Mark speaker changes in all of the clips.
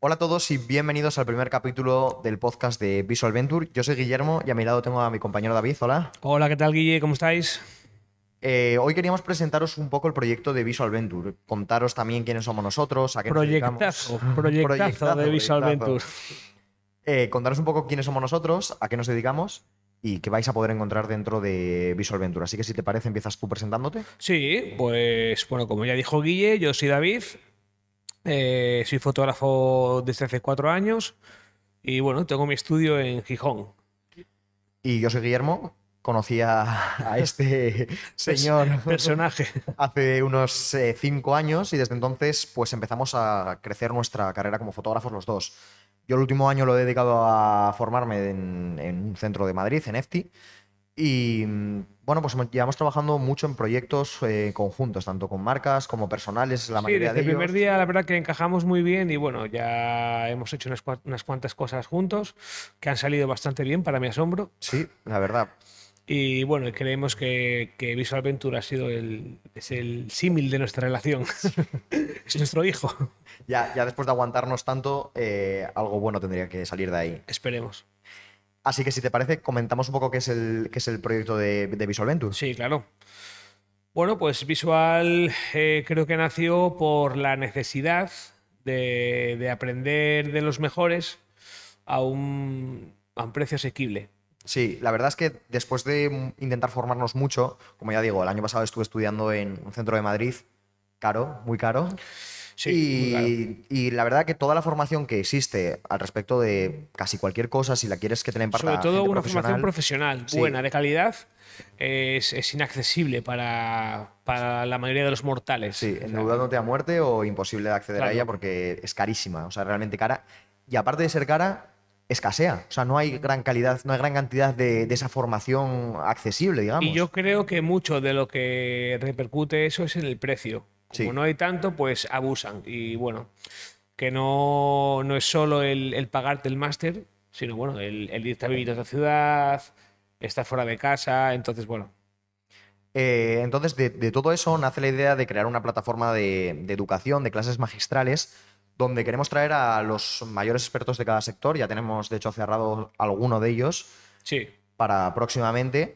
Speaker 1: Hola a todos y bienvenidos al primer capítulo del podcast de Visual Venture. Yo soy Guillermo y a mi lado tengo a mi compañero David. Hola.
Speaker 2: Hola, ¿qué tal, Guille? ¿Cómo estáis?
Speaker 1: Eh, hoy queríamos presentaros un poco el proyecto de Visual Venture, contaros también quiénes somos nosotros, a qué nos
Speaker 2: Proyectazo,
Speaker 1: dedicamos.
Speaker 2: proyectazo,
Speaker 1: Proyectazo,
Speaker 2: de Visual
Speaker 1: proyectazo.
Speaker 2: Venture.
Speaker 1: Eh, contaros un poco quiénes somos nosotros, a qué nos dedicamos y qué vais a poder encontrar dentro de Visual Venture. Así que si te parece, empiezas tú presentándote.
Speaker 2: Sí, pues bueno, como ya dijo Guille, yo soy David, eh, soy fotógrafo desde hace cuatro años y bueno, tengo mi estudio en Gijón.
Speaker 1: Y yo soy Guillermo, conocí a, a este señor
Speaker 2: Personaje.
Speaker 1: hace unos eh, cinco años y desde entonces pues empezamos a crecer nuestra carrera como fotógrafos los dos. Yo el último año lo he dedicado a formarme en, en un centro de Madrid, en EFTI, y mm, bueno, pues hemos- llevamos trabajando mucho en proyectos eh, conjuntos, tanto con marcas como personales, la
Speaker 2: Sí,
Speaker 1: mayoría
Speaker 2: desde el
Speaker 1: de ellos.
Speaker 2: primer día la verdad que encajamos muy bien y bueno, ya hemos hecho unas, cua- unas cuantas cosas juntos que han salido bastante bien para mi asombro.
Speaker 1: Sí, la verdad.
Speaker 2: Y bueno, y creemos que, que Visual Venture ha sido el, es el símil de nuestra relación. es nuestro hijo.
Speaker 1: Ya, ya después de aguantarnos tanto, eh, algo bueno tendría que salir de ahí.
Speaker 2: Esperemos.
Speaker 1: Así que si te parece, comentamos un poco qué es el, qué es el proyecto de, de Visual Venture.
Speaker 2: Sí, claro. Bueno, pues Visual eh, creo que nació por la necesidad de, de aprender de los mejores a un, a un precio asequible.
Speaker 1: Sí, la verdad es que después de mm, intentar formarnos mucho, como ya digo, el año pasado estuve estudiando en un centro de Madrid, caro, muy caro.
Speaker 2: Sí,
Speaker 1: y,
Speaker 2: claro.
Speaker 1: y la verdad que toda la formación que existe al respecto de casi cualquier cosa, si la quieres que te la imparta
Speaker 2: Sobre todo
Speaker 1: gente
Speaker 2: una formación profesional
Speaker 1: Sí.
Speaker 2: buena, de calidad, es, es inaccesible para, para la mayoría de los mortales.
Speaker 1: Sí,
Speaker 2: O sea,
Speaker 1: endeudándote a muerte o imposible de acceder a
Speaker 2: Claro.
Speaker 1: ella porque es carísima, o sea, realmente cara. Y aparte de ser cara, escasea. O sea, no hay gran calidad, no hay gran cantidad de, de esa formación accesible, digamos.
Speaker 2: Y yo creo que mucho de lo que repercute eso es en el precio. Como
Speaker 1: Sí.
Speaker 2: no hay tanto, pues abusan. Y bueno, que no, no es solo el, el pagarte el máster, sino bueno, el, el irte a vivir a otra ciudad, estar fuera de casa. Entonces, bueno,
Speaker 1: Eh, entonces, de, de todo eso nace la idea de crear una plataforma de, de educación, de clases magistrales, donde queremos traer a los mayores expertos de cada sector. Ya tenemos, de hecho, cerrado alguno de ellos
Speaker 2: sí.
Speaker 1: para próximamente.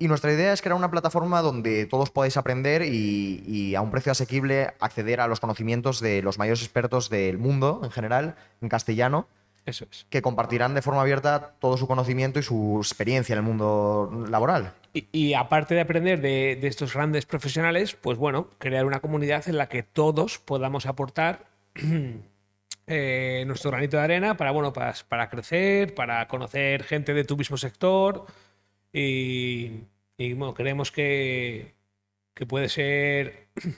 Speaker 1: Y nuestra idea es crear una plataforma donde todos podáis aprender y, y a un precio asequible acceder a los conocimientos de los mayores expertos del mundo en general, en castellano,
Speaker 2: Eso es.
Speaker 1: que compartirán de forma abierta todo su conocimiento y su experiencia en el mundo laboral.
Speaker 2: Y, y aparte de aprender de, de estos grandes profesionales, pues bueno, crear una comunidad en la que todos podamos aportar eh, nuestro granito de arena para, bueno, para, para crecer, para conocer gente de tu mismo sector. Y, y, bueno, creemos que, que puede ser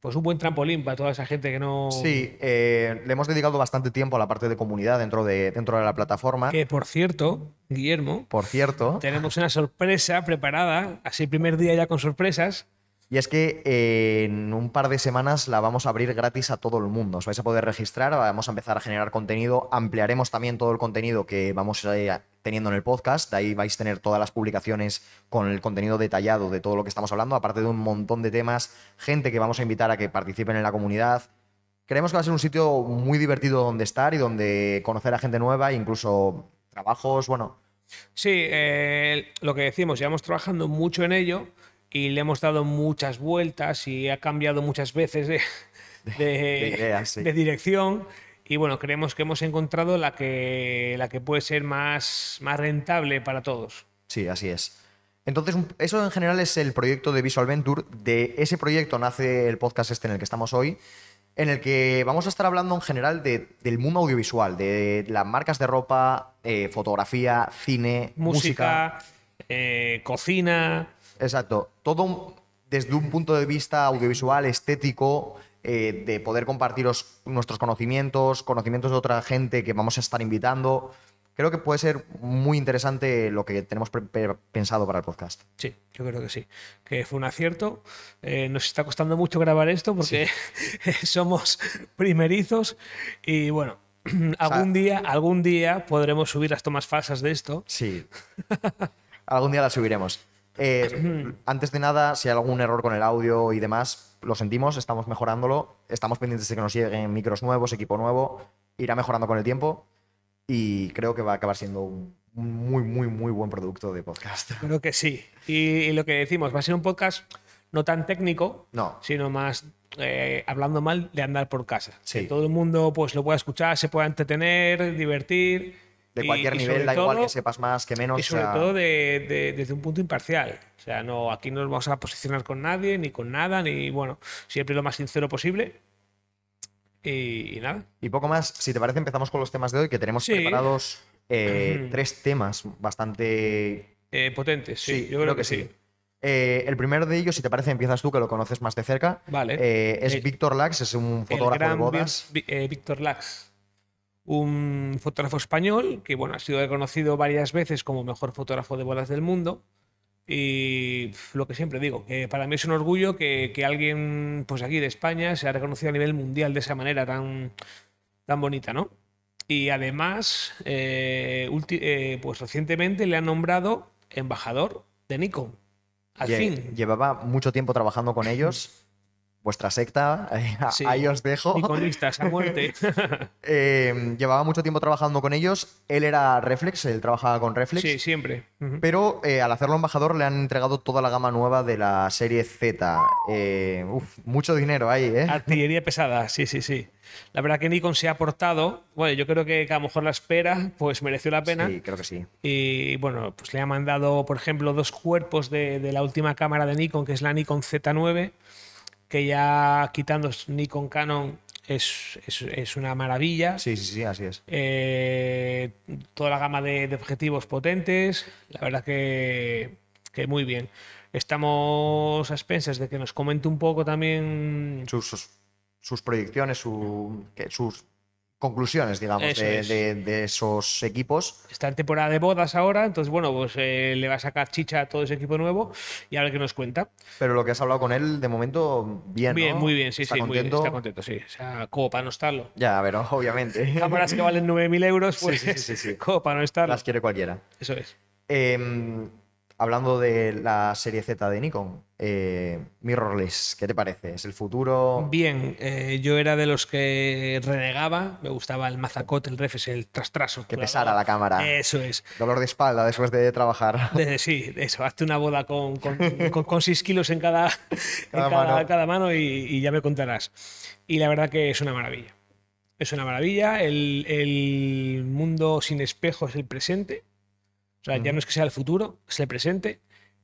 Speaker 2: pues un buen trampolín para toda esa gente que no...
Speaker 1: Sí, eh, le hemos dedicado bastante tiempo a la parte de comunidad dentro de, dentro de la plataforma.
Speaker 2: Que por cierto, Guillermo,
Speaker 1: Por cierto,
Speaker 2: tenemos una sorpresa preparada, así primer día ya con sorpresas.
Speaker 1: y es que eh, en un par de semanas la vamos a abrir gratis a todo el mundo. Os vais a poder registrar, vamos a empezar a generar contenido, ampliaremos también todo el contenido que vamos eh, teniendo en el podcast. De ahí vais a tener todas las publicaciones con el contenido detallado de todo lo que estamos hablando, aparte de un montón de temas, gente que vamos a invitar a que participen en la comunidad. Creemos que va a ser un sitio muy divertido donde estar y donde conocer a gente nueva, e incluso trabajos, bueno,
Speaker 2: Sí, eh, lo que decimos, llevamos trabajando mucho en ello y le hemos dado muchas vueltas y ha cambiado muchas veces de, de-
Speaker 1: idea, sí.
Speaker 2: de dirección. Y bueno, creemos que hemos encontrado la que, la que puede ser más, más rentable para todos.
Speaker 1: Sí, así es. Entonces, un- eso en general es el proyecto de Visual Venture. De ese proyecto nace el podcast este en el que estamos hoy, en el que vamos a estar hablando en general de- del mundo audiovisual, de las marcas de ropa, eh, fotografía, cine, música.
Speaker 2: Música, eh, cocina.
Speaker 1: Exacto. Todo un- desde un punto de vista audiovisual, estético, eh, de poder compartiros nuestros conocimientos, conocimientos de otra gente que vamos a estar invitando. Creo que puede ser muy interesante lo que tenemos pre- pre- pensado para el podcast.
Speaker 2: Sí, yo creo que sí. Que fue un acierto. Eh, nos está costando mucho grabar esto porque somos primerizos. Y bueno, algún día, algún día podremos subir las tomas falsas de esto.
Speaker 1: Sí. Algún día la subiremos. Eh, antes de nada, si hay algún error con el audio y demás, lo sentimos, estamos mejorándolo. Estamos pendientes de que nos lleguen micros nuevos, equipo nuevo. irá mejorando con el tiempo y creo que va a acabar siendo un muy, muy, muy buen producto de podcast.
Speaker 2: Creo que sí. Y, y lo que decimos, va a ser un podcast no tan técnico,
Speaker 1: No,
Speaker 2: sino más eh, hablando mal de andar por casa.
Speaker 1: Sí.
Speaker 2: Que todo el mundo pues lo pueda escuchar, se pueda entretener, divertir.
Speaker 1: de
Speaker 2: y-
Speaker 1: cualquier
Speaker 2: y
Speaker 1: nivel,
Speaker 2: sobre
Speaker 1: da igual
Speaker 2: todo-
Speaker 1: que sepas más, que menos.
Speaker 2: y sobre
Speaker 1: o sea,
Speaker 2: todo de- de- desde un punto imparcial. O sea, no, aquí no nos vamos a posicionar con nadie, ni con nada, ni bueno, siempre lo más sincero posible. Y, y nada.
Speaker 1: Y poco más, si te parece, empezamos con los temas de hoy, que tenemos
Speaker 2: Sí.
Speaker 1: preparados eh,
Speaker 2: Ujú.
Speaker 1: tres temas bastante...
Speaker 2: Eh, potente, sí, yo creo, que, sí.
Speaker 1: Eh, el primero de ellos, si te parece, empiezas tú, que lo conoces más de cerca.
Speaker 2: Vale.
Speaker 1: Eh, es
Speaker 2: Eh,
Speaker 1: Víctor Lax, es un
Speaker 2: El
Speaker 1: fotógrafo de
Speaker 2: gran
Speaker 1: bodas.
Speaker 2: Vi- Vi- eh, Víctor Lax, un fotógrafo español que bueno, ha sido reconocido varias veces como mejor fotógrafo de bodas del mundo. Y pf, lo que siempre digo, que para mí es un orgullo que, que alguien pues aquí de España se ha reconocido a nivel mundial de esa manera tan, tan bonita, ¿no? Y además, eh, ulti- eh, pues recientemente le han nombrado embajador de Nikon. Al
Speaker 1: Lle-
Speaker 2: fin.
Speaker 1: Llevaba mucho tiempo trabajando con ellos. Vuestra secta, eh, a-
Speaker 2: Sí.
Speaker 1: ahí os dejo.
Speaker 2: Nikonistas a muerte.
Speaker 1: Eh, llevaba mucho tiempo trabajando con ellos. Él era Reflex, él trabajaba con Reflex.
Speaker 2: sí, siempre. Ujú.
Speaker 1: Pero eh, al hacerlo embajador le han entregado toda la gama nueva de la serie Z. Eh, uf, mucho dinero ahí, ¿eh?
Speaker 2: Artillería pesada, sí, sí, sí. La verdad que Nikon se ha portado. Bueno, yo creo que, que a lo mejor la espera, pues mereció la pena.
Speaker 1: Sí, creo que sí.
Speaker 2: Y bueno, pues le ha mandado, por ejemplo, dos cuerpos de, de la última cámara de Nikon, que es la Nikon Z9, que ya quitando Nikon Canon es, es- es una maravilla.
Speaker 1: Sí, sí, sí, así es.
Speaker 2: Eh, toda la gama de, de objetivos potentes. La verdad que, que muy bien. Estamos a expensas de que nos comente un poco también
Speaker 1: Sus, sus- sus proyecciones, su- que- sus conclusiones, digamos,
Speaker 2: Eso
Speaker 1: de,
Speaker 2: es.
Speaker 1: de- de esos equipos.
Speaker 2: está en temporada de bodas ahora, entonces bueno, pues eh, le va a sacar chicha a todo ese equipo nuevo y a ver qué nos cuenta.
Speaker 1: Pero lo que has hablado con él, de momento, bien.
Speaker 2: Bien,
Speaker 1: ¿no?
Speaker 2: muy bien, sí,
Speaker 1: ¿Está
Speaker 2: sí, muy bien,
Speaker 1: contento?
Speaker 2: está contento, sí. O sea, como para no estarlo.
Speaker 1: Ya, a ver, obviamente.
Speaker 2: Cámaras que valen 9.000 euros,
Speaker 1: Sí,
Speaker 2: pues
Speaker 1: sí, sí, sí, sí.
Speaker 2: como para no estarlo.
Speaker 1: Las quiere cualquiera.
Speaker 2: Eso es.
Speaker 1: Eh, hablando de la serie Z de Nikon, eh, Mirrorless, ¿qué te parece? ¿Es el futuro?
Speaker 2: Bien, eh, yo era de los que renegaba, me gustaba el mazacote, el refes, el trastraso.
Speaker 1: Que pesara la cámara.
Speaker 2: Eso es.
Speaker 1: Dolor de espalda después de trabajar.
Speaker 2: De- sí, eso, hazte una boda con, con, con- con seis kilos en cada, en
Speaker 1: Cada
Speaker 2: cada,
Speaker 1: mano.
Speaker 2: cada mano y, y ya me contarás. Y la verdad que es una maravilla. Es una maravilla. El, el mundo sin espejo es el presente. O sea, ya
Speaker 1: Ujú.
Speaker 2: no es que sea el futuro, es el presente.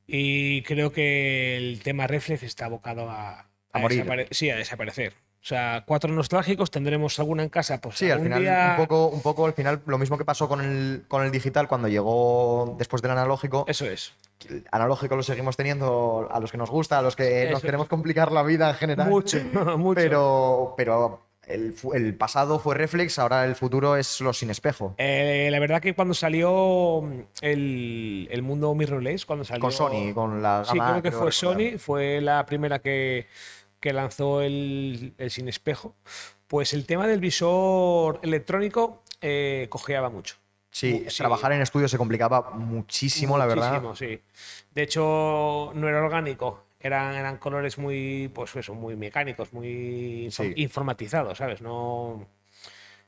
Speaker 2: Y creo que el tema reflex está abocado a,
Speaker 1: morir.
Speaker 2: desapare- sí, a desaparecer. O sea, cuatro nostálgicos, tendremos alguna en casa. Pues
Speaker 1: Sí, al
Speaker 2: algún
Speaker 1: final,
Speaker 2: día-
Speaker 1: un, poco, un poco al final, lo mismo que pasó con el, con el digital cuando llegó después del analógico.
Speaker 2: Eso es.
Speaker 1: El analógico lo seguimos teniendo a los que nos gusta, a los que
Speaker 2: Eso
Speaker 1: nos
Speaker 2: es.
Speaker 1: queremos complicar la vida en general.
Speaker 2: Mucho, mucho.
Speaker 1: Pero, pero el, fu- el pasado fue reflex, ahora el futuro es los sin espejo.
Speaker 2: Eh, la verdad que cuando salió mm, el, el mundo mirrorless, cuando salió...
Speaker 1: Con Sony, con la gama.
Speaker 2: Sí, creo que fue
Speaker 1: recordar.
Speaker 2: Sony, fue la primera que, que lanzó el, el sin espejo. Pues el tema del visor electrónico eh, cojeaba mucho.
Speaker 1: Sí,
Speaker 2: Sí.
Speaker 1: trabajar en estudio se complicaba muchísimo, la verdad.
Speaker 2: Muchísimo, sí. De hecho, no era orgánico. Eran, eran colores muy, pues eso, muy mecánicos, muy inform-
Speaker 1: Sí.
Speaker 2: informatizados, ¿sabes? No...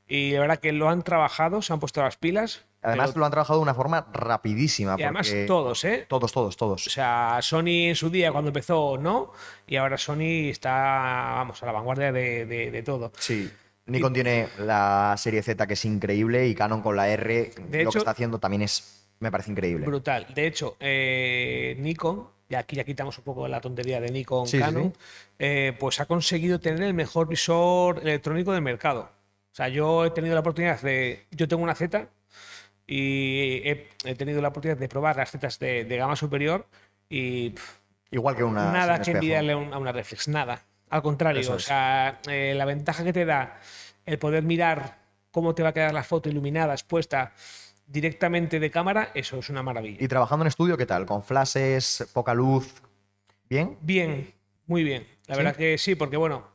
Speaker 2: Y la verdad que lo han trabajado, se han puesto las pilas.
Speaker 1: Además,
Speaker 2: pero-
Speaker 1: lo han trabajado de una forma rapidísima.
Speaker 2: y además
Speaker 1: Ah, porque
Speaker 2: todos, ¿eh?
Speaker 1: Todos, todos, todos.
Speaker 2: O sea, Sony en su día cuando empezó no, y ahora Sony está, vamos, a la vanguardia de, de- de todo.
Speaker 1: Sí. Nikon tiene la serie Z que es increíble y Canon con la R, lo que
Speaker 2: hecho-
Speaker 1: está haciendo también es, me parece increíble.
Speaker 2: Brutal. De hecho, eh, Nikon, y aquí ya quitamos un poco la tontería de Nikon
Speaker 1: Sí, sí,
Speaker 2: Canon, eh, pues ha conseguido tener el mejor visor electrónico del mercado. O sea, yo he tenido la oportunidad de, yo tengo una Z y he, he tenido la oportunidad de probar las Zetas de, de gama superior y pf,
Speaker 1: Igual que una.
Speaker 2: nada
Speaker 1: sin
Speaker 2: que
Speaker 1: espejo.
Speaker 2: envidiarle a un- a una reflex, nada. Al contrario,
Speaker 1: Eso
Speaker 2: o
Speaker 1: es.
Speaker 2: sea, eh, la ventaja que te da el poder mirar cómo te va a quedar la foto iluminada, expuesta directamente de cámara, eso es una maravilla.
Speaker 1: Y trabajando en estudio, ¿qué tal? ¿Con flashes, poca luz? ¿Bien?
Speaker 2: Bien, muy bien. La
Speaker 1: ¿Sí?
Speaker 2: verdad que sí, porque bueno,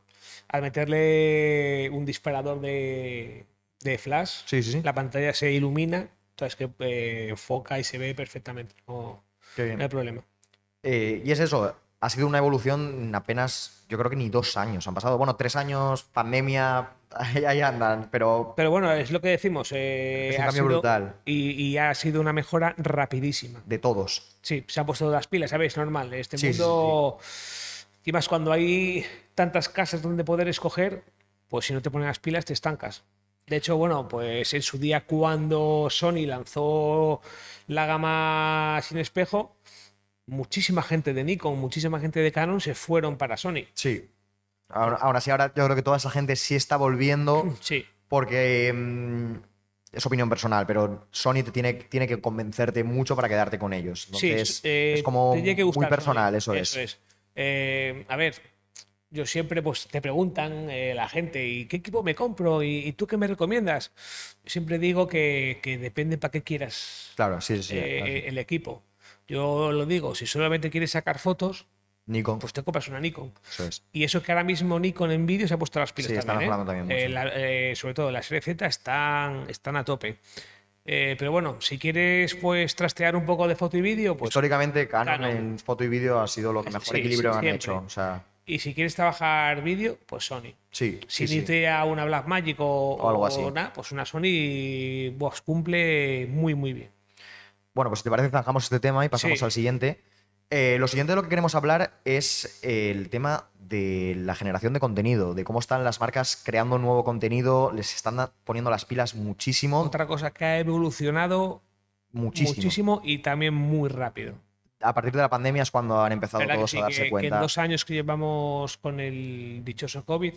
Speaker 2: al meterle un disparador de, de flash,
Speaker 1: Sí, sí, sí.
Speaker 2: la pantalla se ilumina, entonces que eh, enfoca y se ve perfectamente, no,
Speaker 1: Qué bien.
Speaker 2: no hay problema.
Speaker 1: Eh, y es eso, ha sido una evolución en apenas, yo creo que ni dos años. Han pasado, bueno, tres años, pandemia, ahí, ahí andan, pero
Speaker 2: Pero bueno, es lo que decimos. eh,
Speaker 1: Es un
Speaker 2: ha
Speaker 1: cambio
Speaker 2: sido-
Speaker 1: brutal.
Speaker 2: Y, y ha sido una mejora rapidísima.
Speaker 1: de todos.
Speaker 2: Sí, se han puesto las pilas, ¿sabéis? Normal. Este
Speaker 1: Sí, sí,
Speaker 2: mundo. Y más cuando hay tantas casas donde poder escoger, pues si no te ponen las pilas, te estancas. De hecho, bueno, pues en su día, cuando Sony lanzó la gama sin espejo, muchísima gente de Nikon, muchísima gente de Canon se fueron para Sony.
Speaker 1: Sí. Ahora, ahora sí, ahora yo creo que toda esa gente sí está volviendo
Speaker 2: Sí,
Speaker 1: porque mm, es opinión personal, pero Sony te tiene, tiene que convencerte mucho para quedarte con ellos. Entonces,
Speaker 2: sí, eh,
Speaker 1: es como
Speaker 2: te tiene que
Speaker 1: muy
Speaker 2: gustar, ¿no?
Speaker 1: personal, eso, es.
Speaker 2: Eh, a ver, yo siempre pues te preguntan eh, la gente, ¿y qué equipo me compro? ¿Y, y tú qué me recomiendas? Siempre digo que, que depende para qué quieras
Speaker 1: Claro, sí, sí, sí.
Speaker 2: eh,
Speaker 1: claro, sí.
Speaker 2: el equipo. Yo lo digo, si solamente quieres sacar fotos,
Speaker 1: Nikon,
Speaker 2: pues te compras una Nikon.
Speaker 1: eso es.
Speaker 2: Y eso que ahora mismo Nikon en vídeo se ha puesto las pilas
Speaker 1: Sí, está
Speaker 2: también. ¿eh?
Speaker 1: mejorando también mucho.
Speaker 2: Eh, la- eh, sobre todo las serie Z están, están a tope. Eh, pero bueno, si quieres pues trastear un poco de foto y vídeo, pues
Speaker 1: Históricamente, Canon,
Speaker 2: Canon.
Speaker 1: en foto y vídeo ha sido lo que mejor
Speaker 2: Sí,
Speaker 1: equilibrio
Speaker 2: sí,
Speaker 1: han
Speaker 2: siempre.
Speaker 1: hecho. O sea,
Speaker 2: Y si quieres trabajar vídeo, pues Sony.
Speaker 1: sí. sí,
Speaker 2: Si
Speaker 1: sí.
Speaker 2: ni te da una Blackmagic o,
Speaker 1: O algo así.
Speaker 2: nada, pues una Sony pues, cumple muy, muy bien.
Speaker 1: Bueno, pues si te parece, zanjamos este tema y pasamos
Speaker 2: Sí.
Speaker 1: al siguiente. Eh, lo siguiente de lo que queremos hablar es eh, el tema de la generación de contenido, de cómo están las marcas creando nuevo contenido, les están da- poniendo las pilas muchísimo,
Speaker 2: Otra cosa que ha evolucionado
Speaker 1: muchísimo.
Speaker 2: muchísimo, y también muy rápido.
Speaker 1: A partir de la pandemia es cuando han empezado
Speaker 2: ¿Verdad que
Speaker 1: todos
Speaker 2: sí?
Speaker 1: a darse
Speaker 2: Que- que
Speaker 1: cuenta.
Speaker 2: en dos años que llevamos con el dichoso COVID,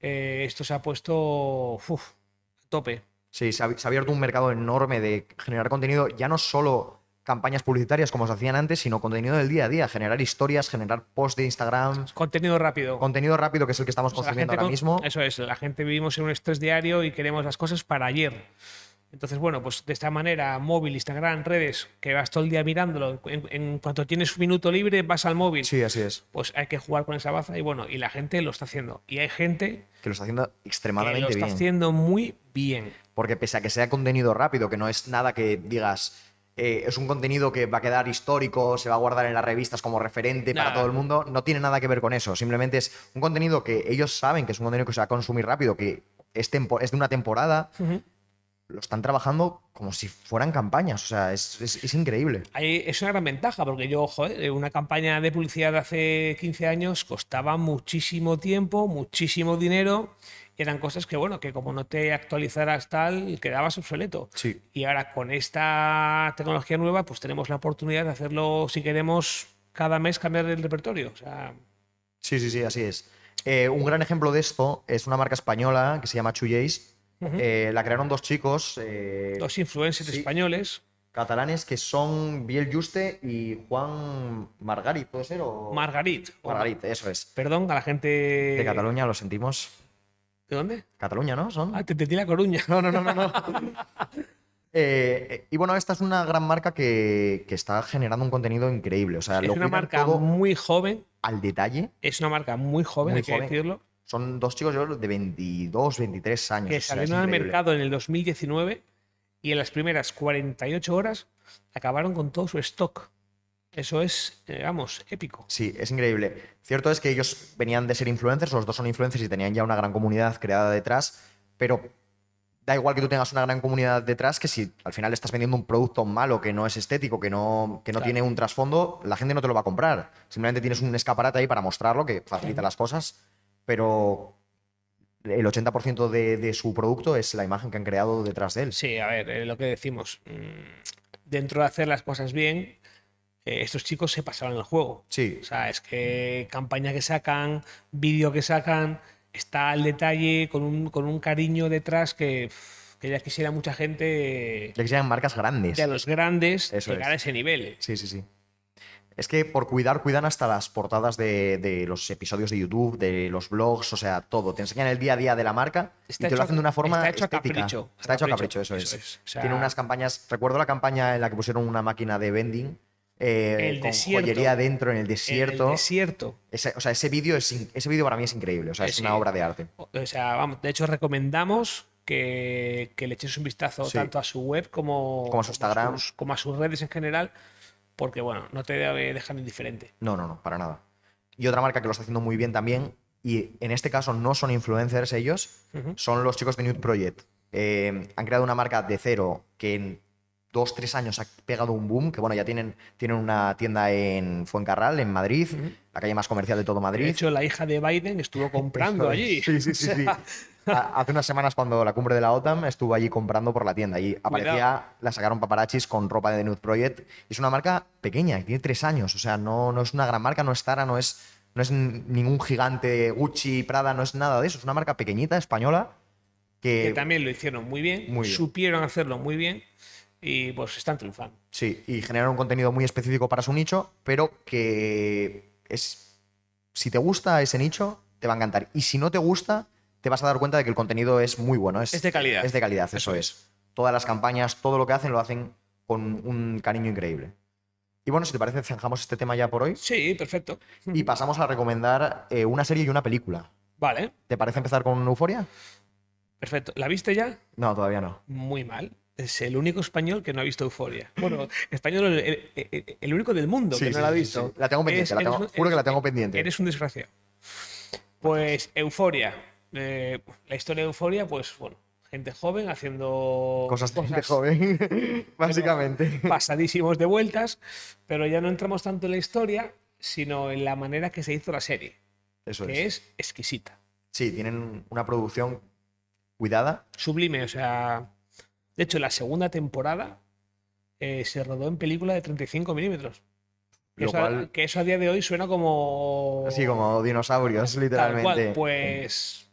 Speaker 2: eh, esto se ha puesto uf, a tope.
Speaker 1: Sí, se ha, se ha abierto un mercado enorme de generar contenido, ya no solo campañas publicitarias como se hacían antes, sino contenido del día a día, generar historias, generar posts de Instagram,
Speaker 2: Contenido rápido.
Speaker 1: contenido rápido que es el que estamos
Speaker 2: O sea, la
Speaker 1: consumiendo
Speaker 2: gente
Speaker 1: ahora
Speaker 2: con-
Speaker 1: mismo.
Speaker 2: Eso es, la gente vivimos en un estrés diario y queremos las cosas para ayer. Entonces, bueno, pues de esta manera, móvil, Instagram, redes, que vas todo el día mirándolo, en, en cuanto tienes un minuto libre vas al móvil,
Speaker 1: Sí, así es.
Speaker 2: pues hay que jugar con esa baza y bueno, y la gente lo está haciendo. Y hay gente
Speaker 1: Que lo está haciendo
Speaker 2: que lo
Speaker 1: extremadamente
Speaker 2: está
Speaker 1: bien.
Speaker 2: haciendo muy bien.
Speaker 1: Porque pese a que sea contenido rápido, que no es nada que digas, eh, es un contenido que va a quedar histórico, se va a guardar en las revistas como referente para
Speaker 2: Nada.
Speaker 1: todo el mundo, no tiene nada que ver con eso. Simplemente es un contenido que ellos saben que es un contenido que se va a consumir rápido, que es, tempo- es de una temporada,
Speaker 2: Ujú.
Speaker 1: lo están trabajando como si fueran campañas. O sea, es, es- es increíble.
Speaker 2: Ahí es una gran ventaja, porque yo, joder, eh, una campaña de publicidad de hace 15 años costaba muchísimo tiempo, muchísimo dinero, y eran cosas que, bueno, que como no te actualizaras tal, quedabas obsoleto.
Speaker 1: Sí.
Speaker 2: Y ahora con esta tecnología nueva, pues tenemos la oportunidad de hacerlo, si queremos, cada mes cambiar el repertorio. O sea,
Speaker 1: Sí, sí, sí, así es. Eh, un gran ejemplo de esto es una marca española que se llama Chuyéis.
Speaker 2: Ujú.
Speaker 1: Eh, la crearon dos chicos. eh,
Speaker 2: los influencers
Speaker 1: sí.
Speaker 2: españoles,
Speaker 1: catalanes que son Biel Juste y Juan Margarit, ¿puede ser? O...
Speaker 2: Margarit. o-
Speaker 1: Margarit, eso es.
Speaker 2: Perdón, a la gente.
Speaker 1: De Cataluña, lo sentimos.
Speaker 2: ¿De dónde?
Speaker 1: Cataluña, ¿no? Son.
Speaker 2: Ah, te entendí la Coruña.
Speaker 1: No, no, no, no. no. Eh, eh, y bueno, esta es una gran marca que, que está generando un contenido increíble. O sea,
Speaker 2: Es
Speaker 1: lo
Speaker 2: una
Speaker 1: cuidan
Speaker 2: marca
Speaker 1: todo
Speaker 2: muy joven.
Speaker 1: al detalle.
Speaker 2: Es una marca muy joven,
Speaker 1: Muy
Speaker 2: hay que
Speaker 1: joven.
Speaker 2: decirlo.
Speaker 1: Son dos chicos yo creo, de 22, 23 años.
Speaker 2: que
Speaker 1: o sea, es
Speaker 2: salieron al
Speaker 1: increíble.
Speaker 2: mercado en el 2019 y en las primeras 48 horas acabaron con todo su stock. Eso es, eh, vamos, épico.
Speaker 1: Sí, es increíble. Cierto es que ellos venían de ser influencers, los dos son influencers y tenían ya una gran comunidad creada detrás, pero da igual que tú tengas una gran comunidad detrás que si al final estás vendiendo un producto malo que no es estético, que no, que no
Speaker 2: Claro.
Speaker 1: tiene un trasfondo, la gente no te lo va a comprar. Simplemente tienes un escaparate ahí para mostrarlo, que facilita las cosas, pero el 80% de, de su producto es la imagen que han creado detrás de él.
Speaker 2: Sí, a ver, eh, lo que decimos. mm, Dentro de hacer las cosas bien, eh, estos chicos se pasaron el juego.
Speaker 1: Sí,
Speaker 2: O sea, es que campaña que sacan, vídeo que sacan, está al detalle, con un, con un cariño detrás que, pff, que ya quisiera mucha gente eh,
Speaker 1: ya que sean marcas grandes.
Speaker 2: de a los grandes
Speaker 1: Eso
Speaker 2: llegar a ese nivel.
Speaker 1: Sí, sí, sí. Es que por cuidar, cuidan hasta las portadas de, de los episodios de YouTube, de los blogs, o sea, todo. Te enseñan el día a día de la marca y te lo
Speaker 2: hecho-
Speaker 1: hacen de una forma
Speaker 2: está hecho a
Speaker 1: estética.
Speaker 2: capricho,
Speaker 1: Está hecho a capricho, eso, es.
Speaker 2: O sea,
Speaker 1: Tiene unas campañas. Recuerdo la campaña en la que pusieron una máquina de vending eh,
Speaker 2: El
Speaker 1: con
Speaker 2: desierto.
Speaker 1: joyería dentro en el
Speaker 2: en el
Speaker 1: desierto.
Speaker 2: desierto.
Speaker 1: Ese- o sea, ese vídeo es in- ese vídeo para mí es increíble. O sea,
Speaker 2: Eh,
Speaker 1: es
Speaker 2: sí.
Speaker 1: una obra de arte.
Speaker 2: O sea, vamos, de hecho recomendamos que, que le echéis un vistazo
Speaker 1: Sí.
Speaker 2: tanto a su web como,
Speaker 1: Como a su Instagram.
Speaker 2: sus- como a sus redes en general, porque bueno, no te debe dejar indiferente.
Speaker 1: No, no, no, para nada. Y otra marca que lo está haciendo muy bien también, y en este caso no son influencers ellos,
Speaker 2: Ujú.
Speaker 1: son los chicos de Nude Project. Eh, han creado una marca de cero que en dos, tres años ha pegado un boom, que bueno, ya tienen, tienen una tienda en Fuencarral, en Madrid, la calle más comercial de todo
Speaker 2: De
Speaker 1: Madrid.
Speaker 2: hecho, la hija de Biden estuvo comprando allí.
Speaker 1: Sí, sí, sí. sí. Ha- Hace unas semanas cuando la cumbre de la OTAN estuvo allí comprando por la tienda y aparecía,
Speaker 2: Cuidado.
Speaker 1: la sacaron paparachis con ropa de The Nude Project. Es una marca pequeña, que tiene tres años, o sea, no, no es una gran marca, no es Zara, no es, no es n- ningún gigante Gucci, Prada, no es nada de eso, es una marca pequeñita española que...
Speaker 2: que también lo hicieron muy bien,
Speaker 1: muy bien.
Speaker 2: supieron hacerlo muy bien y pues están triunfando.
Speaker 1: Sí, y generar un contenido muy específico para su nicho, pero que es. Si te gusta ese nicho, te va a encantar. Y si no te gusta, te vas a dar cuenta de que el contenido es muy bueno. Es,
Speaker 2: Es de calidad.
Speaker 1: Es de calidad, eso, es. Todas las campañas, todo lo que hacen, lo hacen con un cariño increíble. Y bueno, si te parece, zanjamos este tema ya por hoy.
Speaker 2: Sí, perfecto.
Speaker 1: Y pasamos a recomendar eh, una serie y una película.
Speaker 2: Vale,
Speaker 1: ¿Te parece empezar con Euforia?
Speaker 2: perfecto. ¿La viste ya?
Speaker 1: No, todavía no.
Speaker 2: Muy mal. Es el único español que no ha visto Euforia. Bueno, español, el, el- el- el único del mundo que
Speaker 1: Sí,
Speaker 2: no
Speaker 1: sí,
Speaker 2: la ha
Speaker 1: sí,
Speaker 2: visto.
Speaker 1: sí. La tengo pendiente, la
Speaker 2: eres
Speaker 1: tengo-
Speaker 2: un-
Speaker 1: juro que la tengo
Speaker 2: eres-
Speaker 1: pendiente.
Speaker 2: Eres un desgraciado. Pues Euforia. eh, la historia de Euforia, pues bueno, gente joven haciendo
Speaker 1: Cosas de joven, básicamente.
Speaker 2: pasadísimos de vueltas, pero ya no entramos tanto en la historia, sino en la manera que se hizo la serie,
Speaker 1: Eso
Speaker 2: que es exquisita,
Speaker 1: Sí, tienen una producción cuidada.
Speaker 2: sublime. O sea, de hecho, la segunda temporada eh, se rodó en película de 35 milímetros. Que,
Speaker 1: Lo
Speaker 2: eso a-
Speaker 1: cual-
Speaker 2: que eso a día de hoy suena como.
Speaker 1: Así como dinosaurios,
Speaker 2: Tal
Speaker 1: literalmente.
Speaker 2: cual, pues.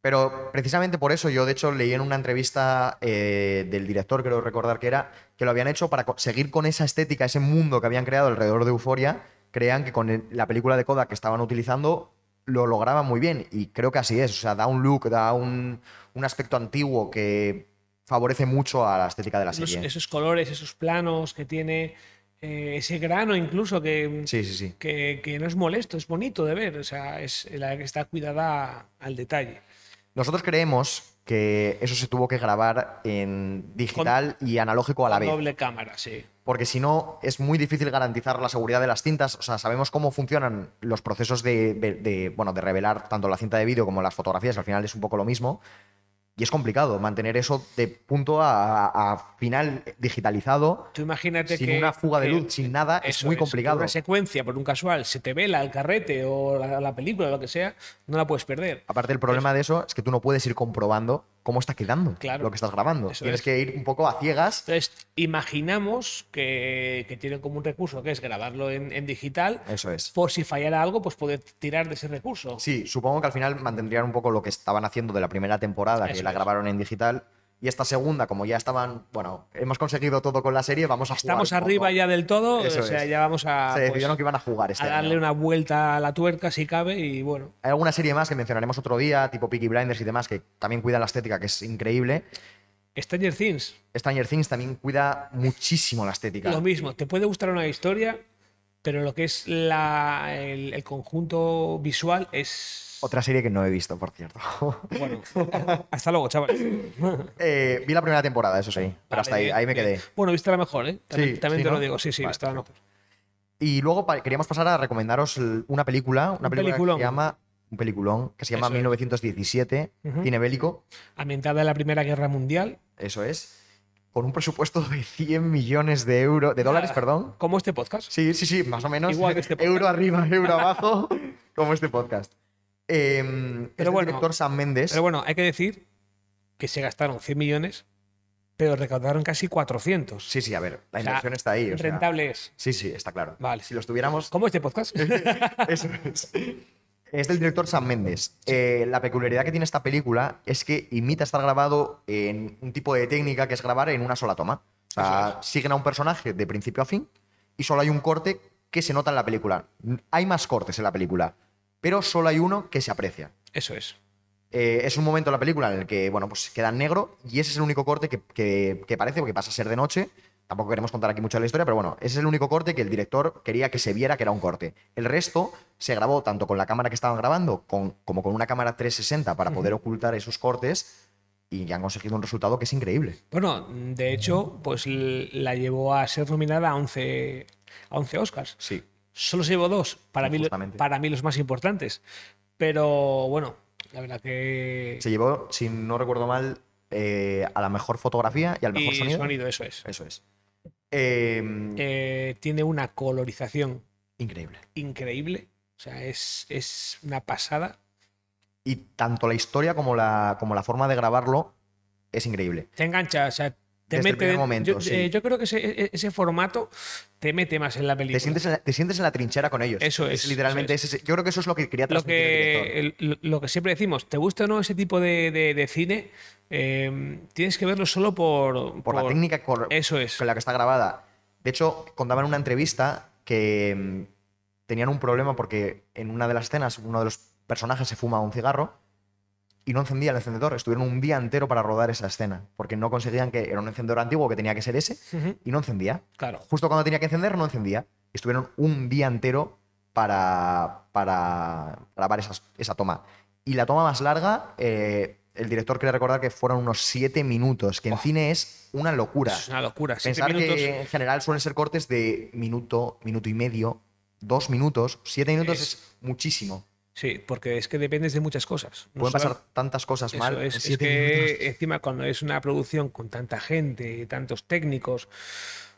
Speaker 1: Pero precisamente por eso yo, de hecho, leí en una entrevista eh, del director, creo recordar que era, que lo habían hecho para co- seguir con esa estética, ese mundo que habían creado alrededor de Euforia. Crean que con el- la película de Kodak que estaban utilizando lo lograban muy bien. Y creo que así es. O sea, da un look, da un, un aspecto antiguo que favorece mucho a la estética de la
Speaker 2: esos,
Speaker 1: serie.
Speaker 2: esos colores, esos planos que tiene, eh, ese grano incluso que,
Speaker 1: Sí, sí, sí.
Speaker 2: que, que no es molesto, es bonito de ver. O sea, es la que está cuidada al detalle.
Speaker 1: Nosotros creemos que eso se tuvo que grabar en digital y analógico a la
Speaker 2: Con
Speaker 1: vez,
Speaker 2: Doble cámara, sí.
Speaker 1: porque si no es muy difícil garantizar la seguridad de las cintas. O sea, sabemos cómo funcionan los procesos de, de- de, bueno, de revelar tanto la cinta de vídeo como las fotografías, que al final es un poco lo mismo. Y es complicado mantener eso de punto a, a final digitalizado,
Speaker 2: Tú imagínate
Speaker 1: sin
Speaker 2: que.
Speaker 1: una fuga de
Speaker 2: que-
Speaker 1: luz, sin nada, es
Speaker 2: eso
Speaker 1: muy
Speaker 2: que
Speaker 1: complicado.
Speaker 2: Una secuencia, por un casual, se te vela el carrete o la, la película o lo que sea, no la puedes perder.
Speaker 1: Aparte, el problema de eso es que tú no puedes ir comprobando cómo está quedando
Speaker 2: Claro.
Speaker 1: lo que estás grabando.
Speaker 2: Eso
Speaker 1: Tienes
Speaker 2: es.
Speaker 1: que ir un poco a ciegas
Speaker 2: Entonces, imaginamos que, que tienen como un recurso que es grabarlo en, en digital.
Speaker 1: Eso es.
Speaker 2: Por si fallara algo, pues poder tirar de ese recurso.
Speaker 1: Sí, supongo que al final mantendrían un poco lo que estaban haciendo de la primera temporada, que
Speaker 2: Eso
Speaker 1: la
Speaker 2: es.
Speaker 1: grabaron en digital. Y esta segunda, como ya estaban, bueno, hemos conseguido todo con la serie, vamos a jugar
Speaker 2: Estamos
Speaker 1: un poco.
Speaker 2: arriba ya del todo,
Speaker 1: Eso
Speaker 2: o sea,
Speaker 1: es.
Speaker 2: ya vamos a,
Speaker 1: Se
Speaker 2: pues,
Speaker 1: decidieron que iban a jugar este
Speaker 2: a darle
Speaker 1: año.
Speaker 2: una vuelta a la tuerca si cabe y bueno.
Speaker 1: Hay alguna serie más que mencionaremos otro día, tipo Peaky Blinders y demás, que también cuidan la estética, que es increíble.
Speaker 2: Stranger Things,
Speaker 1: Stranger Things también cuida muchísimo la estética.
Speaker 2: lo mismo, te puede gustar una historia, pero lo que es la, el, el conjunto visual es...
Speaker 1: Otra serie que no he visto, por cierto.
Speaker 2: Bueno, hasta luego, chavales. Pero
Speaker 1: Eh, vi la primera temporada, eso sí, pero hasta ahí, ahí me quedé.
Speaker 2: Bueno, viste la mejor, ¿eh? También,
Speaker 1: Sí,
Speaker 2: también
Speaker 1: sí,
Speaker 2: te
Speaker 1: ¿no?
Speaker 2: lo digo, sí, sí,
Speaker 1: Vale,
Speaker 2: viste la mejor.
Speaker 1: Y luego pa- queríamos pasar a recomendaros l- una película, una película
Speaker 2: peliculón.
Speaker 1: que se llama un peliculón que se llama
Speaker 2: Eso es.
Speaker 1: 1917,
Speaker 2: Ujú.
Speaker 1: cine bélico,
Speaker 2: Ambientada en la Primera Guerra Mundial.
Speaker 1: eso es, con un presupuesto de 100 millones de euros, de dólares,
Speaker 2: Ah,
Speaker 1: perdón.
Speaker 2: Como este podcast.
Speaker 1: Sí, sí, sí, más o menos.
Speaker 2: Igual que este podcast.
Speaker 1: euro arriba, euro abajo, como este podcast. Em, es
Speaker 2: Pero
Speaker 1: del
Speaker 2: bueno,
Speaker 1: director Sam Méndez.
Speaker 2: Pero bueno, hay que decir que se gastaron 100 millones, pero recaudaron casi 400.
Speaker 1: Sí, sí, a ver, la
Speaker 2: O sea,
Speaker 1: inversión está ahí. o sea,
Speaker 2: Rentable es.
Speaker 1: Sí, sí, está claro.
Speaker 2: Vale.
Speaker 1: Si los tuviéramos,
Speaker 2: ¿Cómo este podcast?
Speaker 1: Eso es. Es del director Sam Méndez. Eh, la peculiaridad que tiene esta película es que imita estar grabado en un tipo de técnica que es grabar en una sola toma. O sea, siguen a un personaje de principio a fin y solo hay un corte que se nota en la película. N- Hay más cortes en la película, pero solo hay uno que se aprecia.
Speaker 2: Eso es.
Speaker 1: Eh, es un momento de la película en el que, bueno, pues queda en negro y ese es el único corte que, que- que parece, porque pasa a ser de noche. Tampoco queremos contar aquí mucho de la historia, pero bueno, ese es el único corte que el director quería que se viera que era un corte. El resto se grabó tanto con la cámara que estaban grabando con- como con una cámara 360 para poder ocultar esos cortes y han conseguido un resultado que es increíble.
Speaker 2: Bueno, de hecho, pues l- la llevó a ser nominada a 11, a 11 Oscars.
Speaker 1: Sí.
Speaker 2: Solo se llevó dos, para mí, lo-
Speaker 1: Justamente.
Speaker 2: para mí los más importantes. Pero bueno, la verdad que...
Speaker 1: Se llevó, si no recuerdo mal, eh, a la mejor fotografía y al mejor
Speaker 2: y
Speaker 1: sonido.
Speaker 2: sonido, eso es.
Speaker 1: Eso es. Eh,
Speaker 2: Eh, tiene una colorización
Speaker 1: increíble.
Speaker 2: increíble. O sea, es, es una pasada.
Speaker 1: Y tanto la historia como la, como la forma de grabarlo es increíble.
Speaker 2: Te engancha, o sea, te
Speaker 1: Desde el
Speaker 2: mete.
Speaker 1: primer momento,
Speaker 2: yo,
Speaker 1: sí.
Speaker 2: eh, yo creo que ese, e- ese formato te mete más en la película.
Speaker 1: Te sientes, en la, te sientes en la trinchera con ellos.
Speaker 2: Eso es,
Speaker 1: literalmente, ese- yo creo que eso es lo que quería
Speaker 2: lo
Speaker 1: transmitir el
Speaker 2: que,
Speaker 1: director.
Speaker 2: el- lo que siempre decimos, te gusta o no ese tipo de, de- de cine, eh, tienes que verlo solo por,
Speaker 1: Por, la técnica cor-
Speaker 2: Eso es.
Speaker 1: con la que está grabada. De hecho, contaban en una entrevista que mm, tenían un problema porque en una de las escenas uno de los personajes se fuma un cigarro y no encendía el encendedor. Estuvieron un día entero para rodar esa escena porque no conseguían que era un encendedor antiguo que tenía que ser ese
Speaker 2: Ujú,
Speaker 1: y no encendía.
Speaker 2: Claro.
Speaker 1: Justo cuando tenía que encender no encendía. Estuvieron un día entero para, para grabar esas- esa toma. Y la toma más larga, eh, el director quiere recordar que fueron unos siete minutos, que en cine es una locura.
Speaker 2: Eso es una locura. Siete
Speaker 1: Pensar
Speaker 2: minutos,
Speaker 1: que en general suelen ser cortes de minuto, minuto y medio, dos minutos, siete minutos
Speaker 2: Es-
Speaker 1: es, muchísimo.
Speaker 2: Sí, porque es que dependes de muchas cosas. No
Speaker 1: Pueden
Speaker 2: solo-
Speaker 1: pasar tantas cosas
Speaker 2: Eso
Speaker 1: mal.
Speaker 2: es,
Speaker 1: en
Speaker 2: es
Speaker 1: siete
Speaker 2: que
Speaker 1: minutos.
Speaker 2: encima cuando es una producción con tanta gente, tantos técnicos,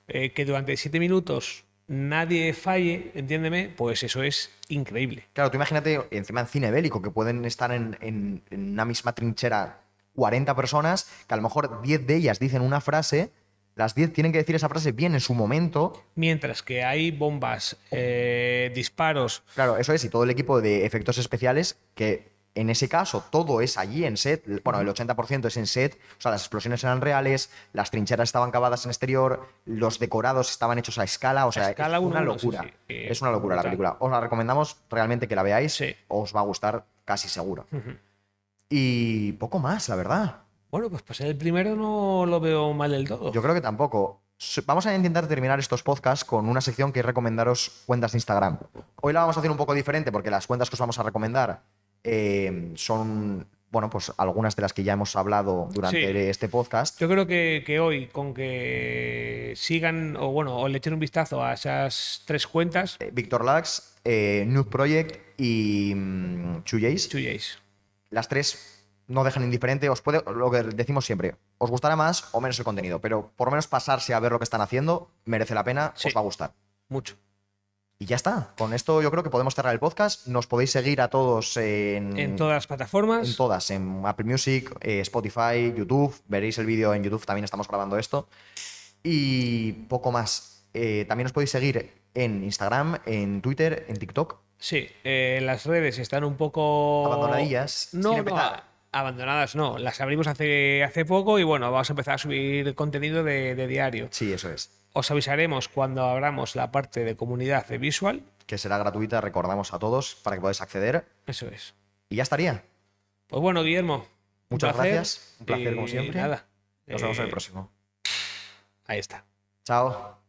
Speaker 2: eh, que durante siete minutos nadie falle, entiéndeme, pues eso es increíble.
Speaker 1: Claro, tú imagínate encima en cine bélico, que pueden estar en, en- en una misma trinchera 40 personas, que a lo mejor 10 de ellas dicen una frase, las 10 tienen que decir esa frase bien en su momento.
Speaker 2: Mientras que hay bombas, eh, disparos,
Speaker 1: Claro, eso es, y todo el equipo de efectos especiales, que en ese caso todo es allí en set, bueno, el 80% es en set, o sea, las explosiones eran reales, las trincheras estaban cavadas en exterior, los decorados estaban hechos a escala, o sea,
Speaker 2: escala
Speaker 1: es
Speaker 2: uno
Speaker 1: una
Speaker 2: a uno, sí,
Speaker 1: locura.
Speaker 2: sí, eh,
Speaker 1: Es una locura la
Speaker 2: brutal.
Speaker 1: película. Os la recomendamos realmente que la veáis,
Speaker 2: Sí.
Speaker 1: os va a gustar casi seguro.
Speaker 2: Ujú.
Speaker 1: Y poco más, la verdad.
Speaker 2: bueno, pues, pues el primero no lo veo mal del todo.
Speaker 1: Yo creo que tampoco. S- Vamos a intentar terminar estos podcasts con una sección que es recomendaros cuentas de Instagram. Hoy la vamos a hacer un poco diferente porque las cuentas que os vamos a recomendar eh, son, bueno, pues algunas de las que ya hemos hablado durante
Speaker 2: Sí.
Speaker 1: este podcast.
Speaker 2: Yo creo que, que hoy, con que sigan o bueno, o le echen un vistazo a esas tres cuentas,
Speaker 1: Eh, Víctor Lax, eh, Nude Project y mm, Chu Jays.
Speaker 2: chuyéis.
Speaker 1: Las tres no dejan indiferente. Os puede, lo que decimos siempre, os gustará más o menos el contenido, pero por lo menos pasarse a ver lo que están haciendo merece la pena,
Speaker 2: Sí.
Speaker 1: os va a gustar.
Speaker 2: Mucho.
Speaker 1: Y ya está. Con esto yo creo que podemos cerrar el podcast. Nos podéis seguir a todos en,
Speaker 2: En todas las plataformas.
Speaker 1: Mm. en todas, en Apple Music, eh, Spotify, YouTube. Veréis el vídeo en YouTube, también estamos grabando esto. Y poco más. Eh, también os podéis seguir en Instagram, en Twitter, en TikTok.
Speaker 2: Sí, eh, las redes están un poco.
Speaker 1: Abandonadillas, sin
Speaker 2: No, no,
Speaker 1: empezar.
Speaker 2: a- abandonadas no. Las abrimos hace, hace poco y bueno, vamos a empezar a subir contenido de, de diario.
Speaker 1: Sí, eso es.
Speaker 2: Os avisaremos cuando abramos la parte de comunidad de visual.
Speaker 1: Que será gratuita, recordamos a todos, para que podáis acceder.
Speaker 2: Eso es.
Speaker 1: Y ya estaría.
Speaker 2: Pues bueno, Guillermo. un
Speaker 1: Muchas
Speaker 2: placer
Speaker 1: gracias, un placer como
Speaker 2: y eh,
Speaker 1: siempre.
Speaker 2: Nada.
Speaker 1: Nos vemos en el
Speaker 2: eh,
Speaker 1: próximo.
Speaker 2: Ahí está.
Speaker 1: Chao.